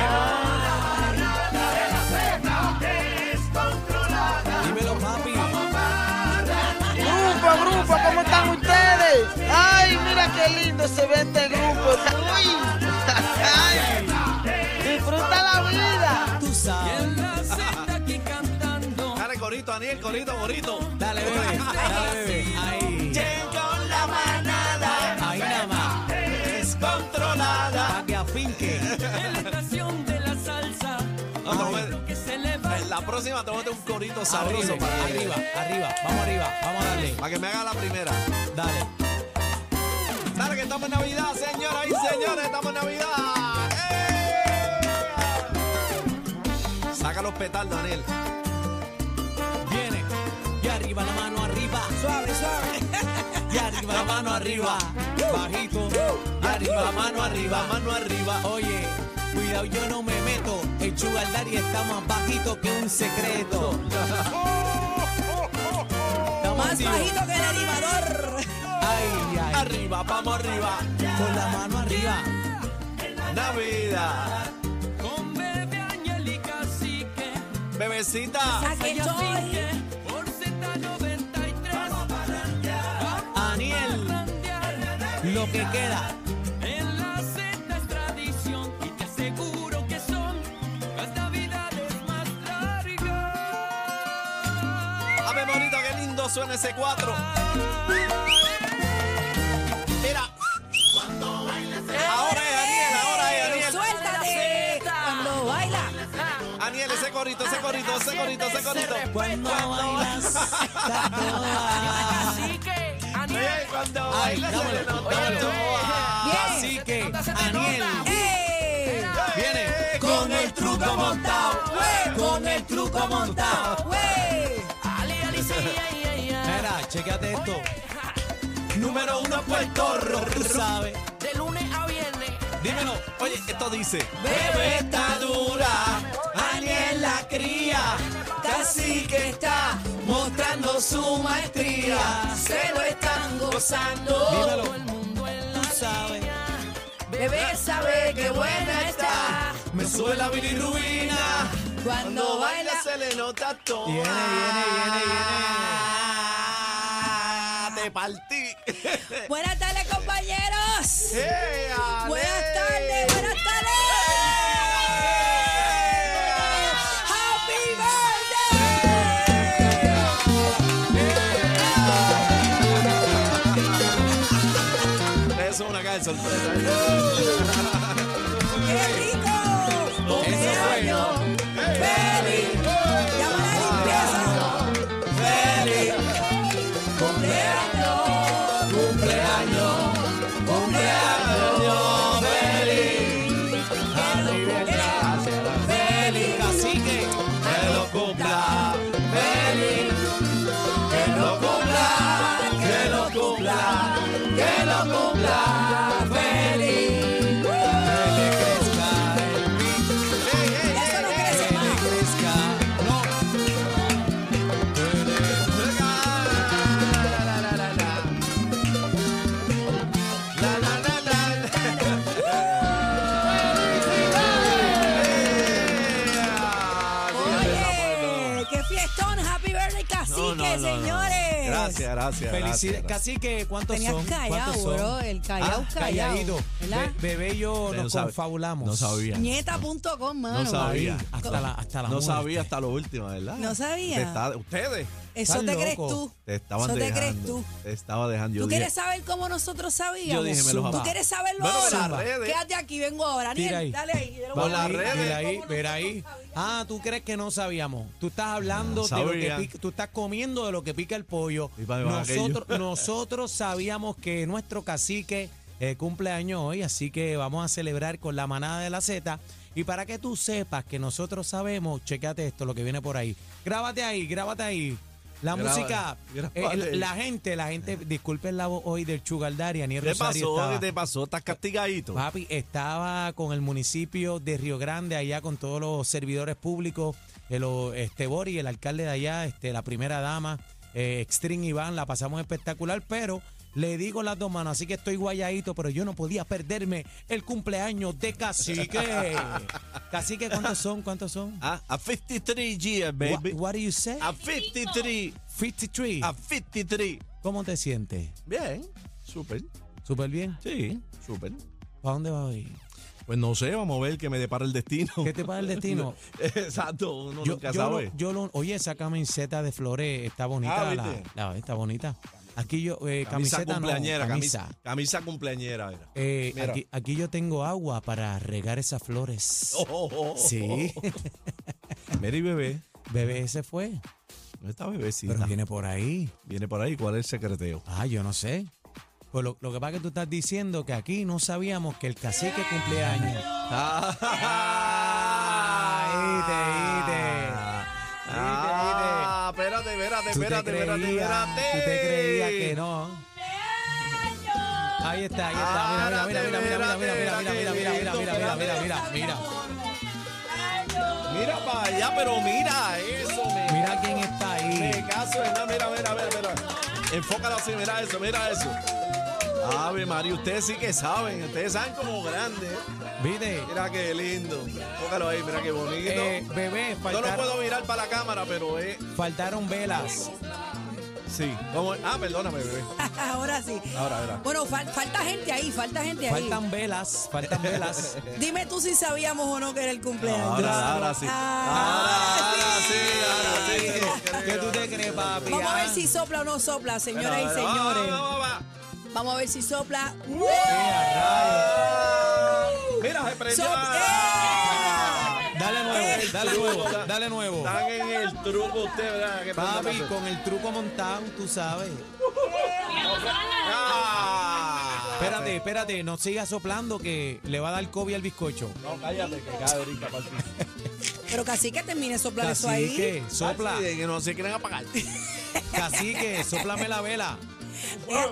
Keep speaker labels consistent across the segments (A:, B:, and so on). A: ah,
B: Dímelo, papi.
C: Grupo, grupo, ¿cómo están ustedes? Ay, mira qué lindo se ve este grupo. Uy. Ay. Disfruta la vida.
B: Tú sabes. aquí cantando.
D: Dale, corito, Aniel, corito, corito.
B: Dale, bebé. Dale, bebé. Ahí. Llegó la manada. Ahí nada más. Descontrolada. que afinque. En la estación de la salsa.
D: No, no, pues,
B: Que celebra
D: en la próxima te voy a meter un corito sabroso
E: Arriba,
D: para, que,
E: arriba, arriba, vamos arriba, vamos a darle,
D: para que me haga la primera.
E: dale.
D: Dale, que estamos en Navidad, señoras y señores, estamos en Navidad. ¡Eh! Saca los petardos, Aniel.
E: Viene, y arriba la mano arriba, suave, suave. Uh. Y arriba la mano arriba, bajito, y arriba la mano arriba, mano arriba. Oye, cuidado, yo no me meto, el sugar daddy está más bajito que un secreto. más bajito que el animador. Ay, ay,
D: Arriba, vamos arriba.
E: con la mano arriba.
D: Navidad.
B: con Bebé, Añel y Cacique.
D: Bebecita.
B: Ay, afinque. Por Z93. Vamos a
E: Aniel, lo que queda.
B: En la senda es tradición y te aseguro que son las navidades más largas.
D: A ver, bonito, qué lindo suena ese cuatro. Mira. Ahora es Aniel, ahora es Aniel.
B: ¡Suéltate! Cuando baila,
D: Aniel, ese corito, ese corito, ese corito, ese corito.
E: Cuando bailas,
B: así que
D: Oye, cuando
E: Ay,
D: baila se
E: dámelo,
D: le nota
E: dámelo.
D: todo.
E: Así que, Aniel, viene con el truco montado, con el truco montado. Mira, chequéate esto. Número uno Puerto Rico, tú sabes.
B: de lunes a viernes.
E: Dímelo.
D: Oye, esto dice.
E: Bebé está dura, Aniel la cría, casi que está mostrando su maestría. Se lo están gozando. Dímelo. Todo el mundo en la sabe. Bebé sabe que buena está. Me sube la bilirrubina.
D: Cuando baila se le nota todo.
E: Viene, viene, viene,
D: viene. Ah, Te partí.
F: Buenas tardes, compañeros.
D: ¡Eh, Ale!
F: Buenas tardes, buenas
D: ¡Eh!
F: tardes. Happy birthday.
D: Eso es una caja de sorpresa.
F: Qué rico. Cumpleaños. Feliz. Llama a la limpieza. Feliz. Cumpleaños. Cumpleaños. Cumpleaños. Feliz.
E: Así que
D: Que lo cumpla.
F: Que lo cumpla, que lo cumpla feliz. Eso no crece más.
D: La, la, la, la.
F: Oye, qué fiestón, happy birthday cacique,
D: No, no, no, no.
F: señores.
D: Gracias, gracias.
E: felicidades.
D: gracias,
E: Casi que, ¿cuántos
F: Tenías
E: son? ¿Cuántos
F: callado,
E: son?
F: bro, el callao,
E: Ah,
F: callao.
E: calladito.
G: ¿verdad?
D: Be- bebé y yo
E: Usted
D: nos
E: no sabe.
D: confabulamos.
E: No sabía.
G: Nieta.com, mano.
E: No sabía.
D: Ahí, Hasta la, hasta la
E: No
D: muerte.
E: sabía hasta lo último, ¿verdad?
G: No sabía.
E: Te está- ustedes
G: Eso te
D: Estás
G: crees
D: loco.
G: tú.
E: te estaban
G: Eso te
E: dejando.
G: crees tú.
E: Te estaba dejando. Yo
G: ¿Tú
E: dije-
G: quieres saber cómo nosotros sabíamos?
E: Yo dije, me lo
G: ¿Tú
E: jamás.
G: quieres saberlo
E: Bueno,
G: ahora?
E: las redes.
G: Quédate aquí, vengo ahora. Aniel,
D: Tira ahí.
G: dale ahí. yo lo voy
D: Por
G: a
D: las
G: ver.
D: redes.
G: Dale,
D: Mira ahí,
G: cómo
D: mira
G: nosotros
D: ahí.
G: sabíamos.
D: Ah, tú crees que no sabíamos. Tú estás hablando
E: No
D: de lo que
E: Ah, sabía.
D: pica- tú estás comiendo de lo que pica el pollo.
E: Y para debajo
D: Nosotros, nosotros sabíamos que nuestro cacique eh, cumple años hoy, así que vamos a celebrar con la manada de la Z. Y para que tú sepas que nosotros sabemos, checate esto, lo que viene por ahí. Grábate ahí, grábate ahí. La
E: Graba-
D: música,
E: grábate
D: eh, la-
E: ahí.
D: la gente, la gente, disculpen la voz hoy del Chugaldari, Aniel
E: ¿Qué
D: Rosario
E: pasó? ¿Qué
D: estaba-
E: te pasó? ¿Estás castigadito?
D: Papi, estaba con el municipio de Río Grande, allá con todos los servidores públicos, el, o- este Bori, el alcalde de allá, este, la primera dama, eh, Extreme Iván, la pasamos espectacular, pero le digo las dos manos, así que estoy guayadito, pero yo no podía perderme el cumpleaños de Cacique. Cacique, ¿cuántos son? ¿Cuántos son?
E: Ah, a 53 years,
D: Wha-
E: baby. Ah,
D: What, do you say?
E: A 53.
D: 53.
E: A 53.
D: ¿Cómo te sientes?
E: Bien. Súper.
D: ¿Súper bien?
E: Sí, súper.
D: ¿Para dónde vas hoy?
E: Pues no sé, vamos a ver qué me depara el destino.
D: ¿Qué te para el destino?
E: Exacto, uno nunca
D: lo-
E: sabe.
D: yo lo- oye, esa camiseta de flores está bonita.
E: Ah,
D: la-
E: ¿viste?
D: la- está bonita. Aquí yo, eh,
E: camisa
D: camiseta no,
E: cumpleañera, camisa.
D: camisa.
E: Camisa, cumpleañera, mira.
D: Eh,
E: Mira.
D: aquí, aquí yo tengo agua para regar esas flores.
E: Oh, oh, oh, oh.
D: Sí,
E: Mira y bebé.
D: bebé, ese fue.
E: No está bebecita.
D: Pero
E: viene,
D: viene por ahí.
E: por ahí. ¿Cuál es el secreteo?
D: Ah, yo no sé. Pues lo, lo que pasa es que tú estás diciendo que aquí no sabíamos que el cacique cumplía años. Ah, ite, ite.
E: Ah, espérate, espérate,
D: Tú te
E: espérate, espérate,
D: creías-
E: espérate.
D: tú te creías que no. Ahí está, ahí está. Mira, mira, mira, mira, mira, mira, mira, mira, mira, mira, mira, mira, mira, mira, mira.
E: Mira para allá, pero mira eso, me,
D: Mira quién está ahí.
E: me caso en la- mira, mira, mira, mira. Enfócala así, mira eso, mira eso. Ave María, ustedes sí que saben, ustedes saben como grande. ¿eh?
D: ¿Viste?
E: Mira qué lindo. Enfócalo ahí, mira qué bonito.
D: Eh, bebé,
E: Yo no
D: faltaron,
E: puedo mirar para la cámara, pero es.
D: faltaron velas.
E: Sí. Como, ah, perdóname, bebé.
G: Ahora sí.
E: Ahora, ahora.
G: Bueno, fal- falta gente ahí, falta gente ahí.
D: Faltan velas, faltan velas.
G: Dime tú si sabíamos o no que era el cumpleaños. Ah,
E: Ahora, Ah, ahora sí. Ahora, ahora sí, ahora sí.
D: ¿Qué tú te crees, papi?
G: Vamos a ver
D: ah?
G: si sopla o no sopla,
E: Mira,
G: señoras y
E: mira,
G: señores.
E: va, va, va, va.
G: Vamos a ver si sopla.
E: Ah, Mira, se prendió.
G: Sopla.
D: Dale
G: Eh.
D: nuevo, dale nuevo, dale nuevo.
E: Están en el truco ustedes, ¿verdad? Que
D: Papi,
E: prendan la-
D: con el truco montado, tú sabes.
E: Ah.
D: Espérate, espérate, no sigas soplando que le va a dar COVID al bizcocho.
E: No, cállate, que cae ahorita para el
G: Pero casi que termine de soplar eso ahí.
D: Cacique, sopla.
E: que no se quieren apagar.
D: Cacique, soplame la vela.
G: Mira,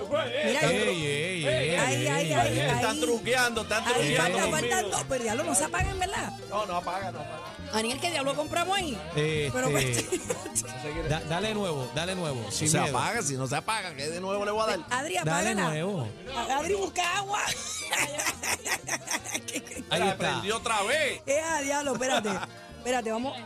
D: Ey, ey, ey,
G: Ay, ay,
D: ey, ey.
G: ay.
E: Están truqueando, están
G: ahí
E: truqueando.
G: falta,
D: Dios
G: faltan
E: conmigo.
G: dos. Pero diablo, no se apaguen, ¿verdad?
E: No, no apaga, no apaga.
G: Aniel, ¿qué diablo compramos ahí?
D: Este,
E: Eh,
G: Pero
D: da- dale nuevo, dale nuevo.
E: Si
D: Sin
E: se
D: miedo.
E: apaga, si no se apaga, que de nuevo le voy a dar.
G: Adri,
D: Dale
G: apágala.
D: nuevo.
G: Adri, busca agua.
D: Ahí
E: La
D: está.
E: prendió otra vez.
G: Eh, ah, diablo, espérate. Espérate, vamos.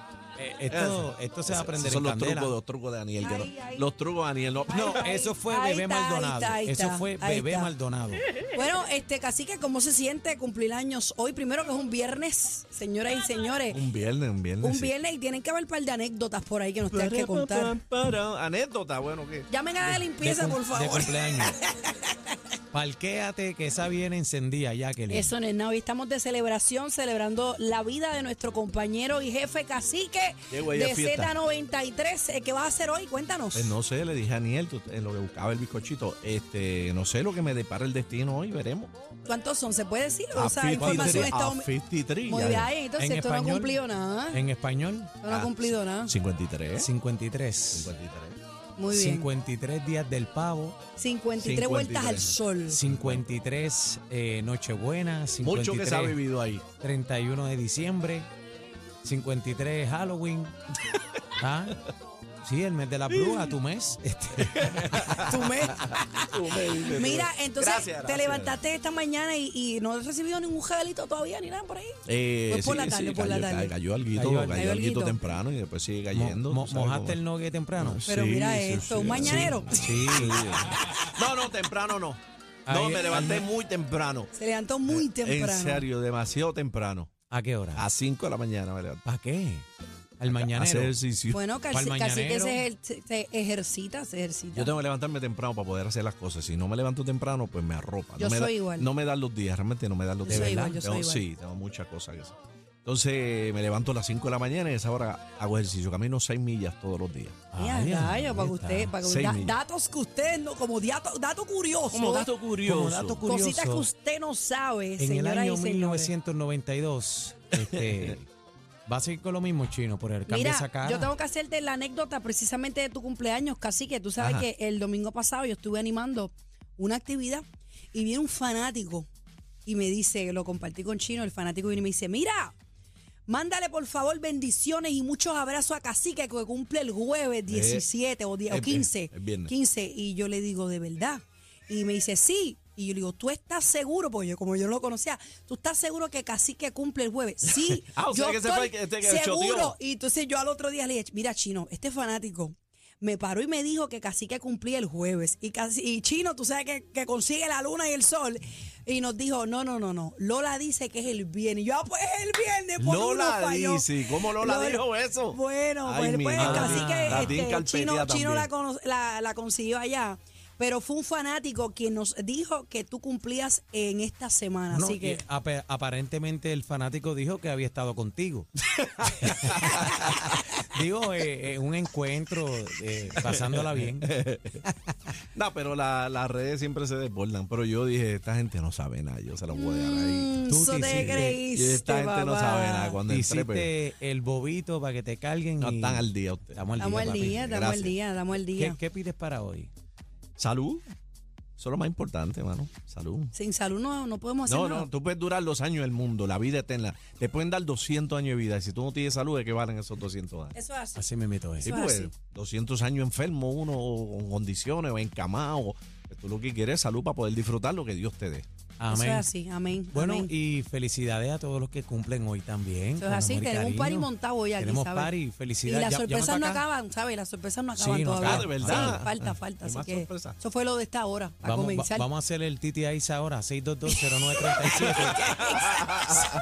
D: Eh, Esto, esto se va a aprender
E: Son
D: en
E: los
D: candela.
E: trucos, los trucos de Daniel. que no-
G: Ay, ay.
E: Los trucos de Daniel. No,
D: No,
G: Ahí,
D: eso fue
G: ahí
D: Bebé
G: está, ahí
D: Maldonado.
G: está, ahí
D: Eso
G: está,
D: fue
G: ahí
D: Bebé
G: está.
D: Maldonado.
G: Bueno, este, cacique, ¿cómo se siente cumplir años hoy? Primero que es un viernes, señoras y señores.
E: Un viernes, un viernes.
G: Un
E: sí.
G: viernes y tienen que haber un par de anécdotas por ahí que nos tengan que contar.
E: Para, anécdota, bueno, ¿qué?
G: Llamen a la
D: De
G: limpieza,
D: cum-
G: por
D: De
G: favor.
D: cumpleaños. Parquéate que esa viene encendida, Jacqueline.
G: Eso no es nada. Hoy estamos de celebración, celebrando la vida de nuestro compañero y jefe cacique
E: Llegó ahí a
G: de
E: fiesta.
G: Z93. Eh, ¿Qué vas a hacer hoy? Cuéntanos.
E: Pues no sé, le dije a Daniel, tú- en lo que buscaba el bizcochito, este, no sé lo que me depara el destino hoy, veremos.
G: ¿Cuántos son? ¿Se puede decir?
E: A
G: O sea, la información
E: 53,
G: está...
E: a 53,
G: Muy
E: ya, Ah, ya.
G: bien, entonces esto no ha cumplido nada.
D: En español, ah,
G: Esto no ha cumplido nada.
E: 53.
D: 53.
E: 53.
G: Muy bien.
D: 53 días del pavo,
G: 53 vueltas al sol.
D: 53 eh, Nochebuena, 53
E: Mucho que se ha vivido ahí.
D: 31 de diciembre, 53 Halloween. ¿Ah? Sí, el mes de la bruja, tu mes. Este,
G: Tú me- Mira, entonces
E: Gracias,
G: te
E: gracias.
G: levantaste esta mañana y, y no has recibido ningún regalito todavía ni nada por ahí.
E: Eh,
G: Fue por la tarde, por la
E: cayó,
G: tarde.
E: ca- Cayó alguito,
D: Cayó
E: cayó,
D: al-
G: cayó
E: alguito
G: alguito.
E: temprano y después sigue cayendo.
D: mo-
E: tú sabes
D: mojaste el
E: cómo
D: nogue temprano.
E: es.
G: Pero mira esto, un
E: sí.
G: mañanero.
D: Sí.
E: No, no, temprano no.
D: Ahí-
E: No, me levanté
D: al-
E: muy temprano.
G: Se levantó muy temprano.
E: Eh, En serio, demasiado temprano.
D: ¿A qué hora?
E: A 5 de la mañana me levanté.
D: ¿Para qué? Al
E: A Ah. hacer
D: mañanero.
E: ejercicio.
G: Bueno,
D: Para el
G: casi, casi que
D: mañanero.
G: se, ejer- se ejercita, se ejercita.
E: Yo tengo que levantarme temprano para poder hacer las cosas. Si no me levanto temprano, pues me arropa.
G: Yo
E: no me da-
G: soy igual.
E: No me dan los días, realmente no me dan los
G: Yo
E: días.
G: soy igual, yo soy
E: Tengo-
G: igual.
E: Sí, tengo muchas cosas que hacer. Entonces me levanto a las 5 de la mañana y a esa hora hago ejercicio. Camino 6 millas todos los días.
G: Mira,
D: Ay,
G: rayo, para que
D: amiguita.
G: usted, para que
E: Seis
G: da-
E: millas.
G: datos que usted no, como dato, dato curioso,
D: Como dato curioso.
E: Como dato
G: cositas que usted no sabe,
D: en el
G: señoras
D: año
G: y señores.
D: 1992, este, va a seguir con lo mismo, Chino, por el cambio de esa
G: Mira,
D: cara.
G: yo tengo que hacerte la anécdota precisamente de tu cumpleaños, casi que tú sabes
D: Ajá.
G: que el domingo pasado yo estuve animando una actividad y viene un fanático y me dice, lo compartí con Chino, el fanático viene y me dice, mira, mándale por favor bendiciones y muchos abrazos a Cacique que cumple el jueves 17 o, die- o
E: Eh, es-
G: 15,
E: es viernes.
G: 15 y yo le digo, de verdad, y me dice, sí. Y yo le digo, ¿tú estás seguro? Porque yo, como yo no lo conocía, ¿tú estás seguro que Cacique cumple el jueves? Sí,
E: Ah, o
G: yo
E: sea que ese
G: estoy
E: fue el que- este que choteó.
G: seguro. Y entonces yo al otro día le dije, mira, Chino, este fanático me paró y me dijo que casi que cumplía el jueves. Y, casi, y Chino, tú sabes que, que consigue la luna y el sol. Y nos dijo, no, no, no, no. Lola dice que es el viernes. Y yo, ah, pues es el viernes. por uno
E: Lola
G: falló.
E: dice, ¿cómo Lola dijo eso?
G: Bueno,
E: Ay, mi
G: pues, pues
E: madre.
G: casi
E: La
G: que
E: tinca
G: este,
E: al
G: Chino,
E: pelea
G: Chino la,
E: también.
G: cono- la- la consiguió allá. Pero fue un fanático quien nos dijo que tú cumplías en esta semana.
D: No,
G: así
D: y
G: que...
D: ap- aparentemente el fanático dijo que había estado contigo. Digo, eh, eh, un encuentro eh, pasándola bien.
E: No, pero la- las redes siempre se desbordan. Pero yo dije, esta gente no sabe nada. Yo se los voy a dar ahí.
D: Tú
G: Eso
D: te
G: te
D: hiciste-
E: Y
G: creíste,
E: esta gente no
G: Mm, papá.
E: sabe nada. Cuando entré, pues,
D: Hiciste el bobito para que te carguen.
E: no
D: y-
E: están al día ustedes.
D: Estamos al
G: Damos el
D: papi.
G: día, damos el
E: Gracias.
G: día, damos el
D: ¿Qué,
G: día.
D: qué pides para hoy?
E: Salud. Eso es lo más importante, mano. Salud.
G: Sin salud no, no podemos hacer
E: No,
G: nada.
E: no, tú puedes durar los años del mundo, la vida eterna. Te pueden dar 200 años de vida. Y si tú no tienes salud, ¿de qué valen esos 200 años?
G: Eso es así.
D: Así me meto
E: Sí,
D: eso.
G: es
E: pues,
G: así.
E: 200 años enfermo uno, o con condiciones, o encamado. Tú lo que quieres es salud para poder disfrutar lo que Dios te dé.
G: Eso es
D: Amén.
G: así, amén.
D: Bueno,
G: amén.
D: y felicidades a todos los que cumplen hoy
G: Eso
D: también.
G: es
D: con
G: así,
D: amor y
G: tenemos un
D: cariño.
G: party montado hoy aquí,
D: Tenemos
G: ¿sabes?
D: party,
G: Y
D: felicidades.
G: las
D: Ya-
G: sorpresas
D: llaman
G: no
D: para acá.
G: acaban, ¿sabes? Las sorpresas no
D: Sí,
G: acaban
D: no
G: todavía.
D: acaban.
E: Ah, ¿de verdad?
G: Sí, falta, falta.
E: Hay
G: Así
E: más
G: que
E: sorpresas.
G: eso fue lo de esta hora, para
D: Vamos, va-
G: comenzar.
D: vamos a hacer el TTI ahora, 6220937.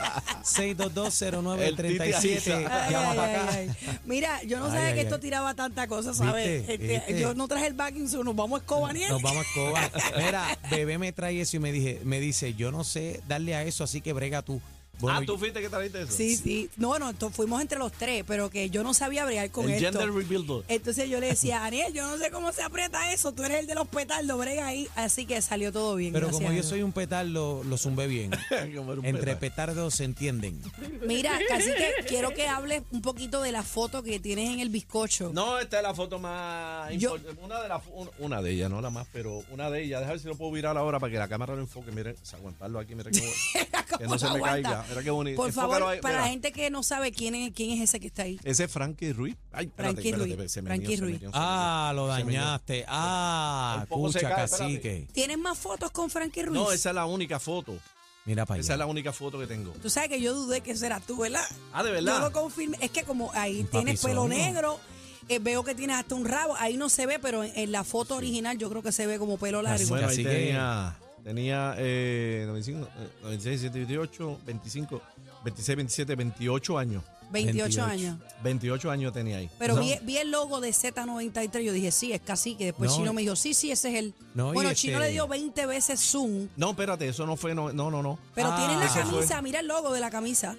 D: 6220937.
G: Ay,
D: Llama
G: ay,
D: para acá.
G: ay, ay. Mira, yo no
D: Ay,
G: sabía
D: ay,
G: que esto
D: ay.
G: tiraba tanta cosa, ¿sabes?
D: ¿Viste?
G: Este,
D: ¿Viste?
G: Yo no traje el backing suit, nos vamos a escoba, Aniel.
D: Nos vamos a escobar. Mira, bebé me trae eso y me dije, me dice, yo no sé darle a eso, así que brega tú. Bueno,
E: ah,
D: yo-
E: ¿tú fuiste que trajiste eso?
G: Sí, sí. No, no, entonces fuimos entre los tres, pero que yo no sabía bregar con
E: El
G: esto.
E: gender reveal.
G: Entonces yo le decía, Ariel, yo no sé cómo se aprieta eso, tú eres el de los petardos, brega ahí. Así que salió todo bien.
D: pero
G: gracias
D: como
G: a
D: yo
G: Dios.
D: soy un petardo, lo zumbé bien.
E: Como era un
D: Entre
E: peta.
D: petardos se entienden.
G: Mira, casi que quiero que hables un poquito de la foto que tienes en el bizcocho.
E: No, esta es la foto más
G: Yo-
E: importante. Una de, las fo- un- una de ellas, no la más, pero una de ellas. Déjame ver si lo puedo virar ahora para que la cámara lo enfoque. Miren, o sea, aguantarlo aquí, mira qué bonito.
G: ¿Cómo
E: que no se me
G: aguanta?
E: caiga. Mira qué bonito.
G: Por favor,
E: Enfócalo ahí,
G: para la
E: mira.
G: gente que no sabe quién es, quién es ese que está ahí.
E: Ese es Frankie Ruiz. Ay, espérate,
G: Frankie
E: espérate,
G: Ruiz,
E: espérate, se me
G: Frankie
E: unió, se me
G: Ruiz.
E: unió, se me unió.
D: Ah, lo
E: Se me unió.
D: dañaste. Ah,
E: Al poco se
D: escucha,
E: cae,
D: cacique.
G: ¿Tienes más fotos con Frankie Ruiz?
E: No, esa es la única foto.
D: Mira para
E: Esa es
D: allá.
E: la única foto que tengo.
G: Tú sabes que yo dudé que será tú, ¿verdad?
E: Ah, ¿de verdad?
G: Yo lo confirmé. Es que como ahí
D: Un
G: tienes pelo
D: papizongo.
G: negro, eh, veo que tienes hasta un rabo. Ahí no se ve, pero en, en la foto original yo creo que se ve como pelo largo.
E: Bueno,
D: Bueno, así
E: ahí
D: que-
E: tenía, tenía eh, 95, eh, 96, 7, 28, 25, 26, 27, 28 años.
G: 28,
D: 28.
G: años.
E: 28 años tenía ahí.
G: Pero
E: No.
G: vi, vi el logo de Z93, yo dije, sí, es cacique. Después
D: No,
G: Chino
D: y-
G: me dijo, sí, sí, ese es él.
D: No, y
G: bueno,
D: este-
G: Chino le dio 20 veces zoom,
E: No, espérate, eso no fue, no, no, no. no.
G: pero
D: Ah,
G: tienes la
D: eso
E: fue.
G: camisa, mira el logo de la camisa.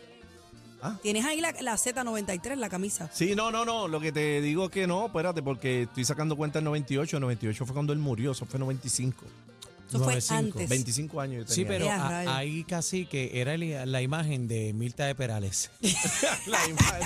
E: Ah.
G: Tienes ahí la, la Z93, la camisa.
E: Sí, no, no, no. Lo que te digo es que no, espérate, porque estoy sacando cuenta del 98. 98 fue cuando él murió, eso fue 95.
G: Eso fue
D: 95.
G: antes.
E: 25 años yo tenía.
D: Sí, pero
G: Ya,
D: a-
G: rayos.
D: ahí casi que era el- la imagen de Mirta de Perales.
E: La imagen.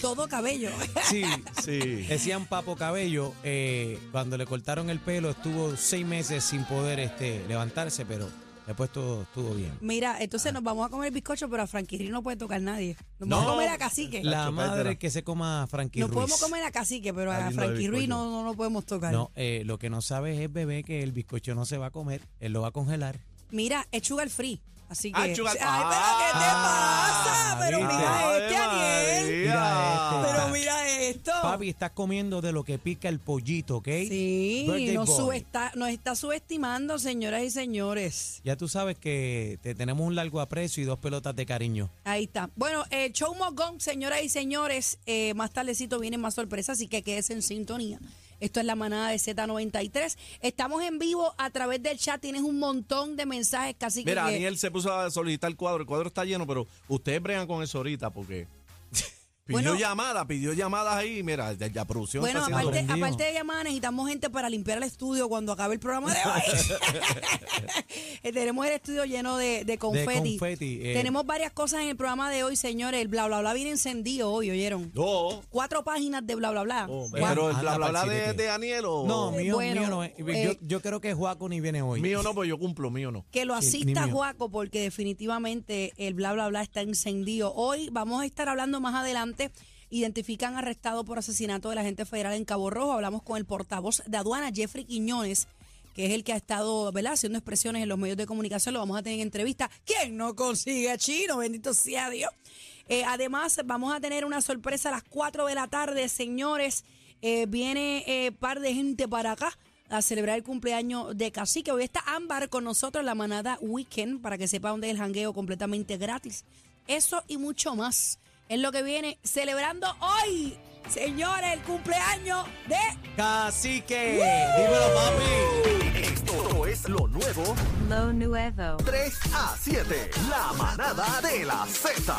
G: Todo cabello.
D: Sí,
E: Sí.
D: decían Papo Cabello, eh, cuando le cortaron el pelo estuvo seis meses sin poder este, levantarse, pero después todo estuvo bien.
G: Mira, entonces nos vamos a comer el bizcocho, pero a Frankie Ruiz no puede tocar nadie. Nos
E: No.
G: vamos a comer a cacique.
D: La
E: Tacho,
D: madre
E: cállate.
D: que se coma a Frankie
G: Nos
D: Ruiz.
G: eh, podemos comer a cacique, pero
E: Está
G: a
E: lindo el
G: Frankie Ruiz
E: bizcocho.
G: no, no lo podemos tocar.
D: No, eh, lo que no sabes es, bebé, que el bizcocho no se va a comer, él lo va a congelar.
G: Mira, es sugar free. Así que.
E: Ah, sugar-
G: Ay, pero ¿qué te
D: Ah,
G: pasa? Pero
D: ¿viste?
H: Ah,
G: mira este,
E: Ave
G: Ariel.
E: María.
D: Mira este.
G: Pero mira esto.
D: Papi, estás comiendo de lo que pica el pollito, ¿ok?
G: Sí,
D: Birthday
G: nos,
D: boy.
G: subesta- nos está subestimando, señoras y señores.
D: Ya tú sabes que te tenemos un largo aprecio y dos pelotas de cariño.
G: Ahí está. Bueno, el show Mogón, señoras y señores, eh, más tardecito vienen más sorpresas, así que quédese en sintonía. Esto es la manada de Z93. Estamos en vivo a través del chat. Tienes un montón de mensajes casi que-
H: Mira,
G: que.
H: Daniel se puso a solicitar el cuadro. El cuadro está lleno, pero ustedes bregan con eso ahorita porque pidió
G: Bueno.
H: llamadas, pidió llamadas ahí. Mira, ya, ya producción
G: bueno,
H: está haciendo
G: aparte,
D: Dios.
G: aparte de llamadas, necesitamos gente para limpiar el estudio cuando acabe el programa de hoy. Tenemos el estudio lleno de, de confeti.
D: confeti, eh.
G: Tenemos varias cosas en el programa de hoy, señores. El bla, bla, bla viene encendido hoy, ¿oyeron?
H: No,
G: Cuatro páginas de bla, bla, bla.
H: no,
E: Oh.
G: Guau.
H: pero el bla
D: Anda
H: bla bla
D: pa'l
H: de,
D: chirete.
H: de Daniel o
D: este. No, mío,
G: bueno,
D: mío no. es. Yo,
G: eh,
D: yo creo que Juaco ni viene hoy.
H: mío no, pues yo cumplo, mío no.
G: Que lo
D: Sí,
G: asista
D: ni mío.
G: Juaco, porque definitivamente el bla, bla, bla está encendido. Hoy vamos a estar hablando más adelante. Identifican arrestado por asesinato de la agente federal en Cabo Rojo. Hablamos con el portavoz de aduana, Jeffrey Quiñones, que es el que ha estado ¿verdad? haciendo expresiones en los medios de comunicación. Lo vamos a tener en entrevista. ¿Quién no consigue chino? Bendito sea Dios. Eh, además, vamos a tener una sorpresa a las 4 de la tarde, señores. Eh, viene eh, par de gente para acá a celebrar el cumpleaños de Cacique. Hoy está Ámbar con nosotros, la manada Weekend, para que sepa dónde es el jangueo completamente gratis. Eso y mucho más es lo que viene celebrando hoy, señores, el cumpleaños de...
D: Cacique, dímelo, papi.
I: Esto es lo nuevo
A: Lo nuevo.
I: 3 a 7. La manada de la Z.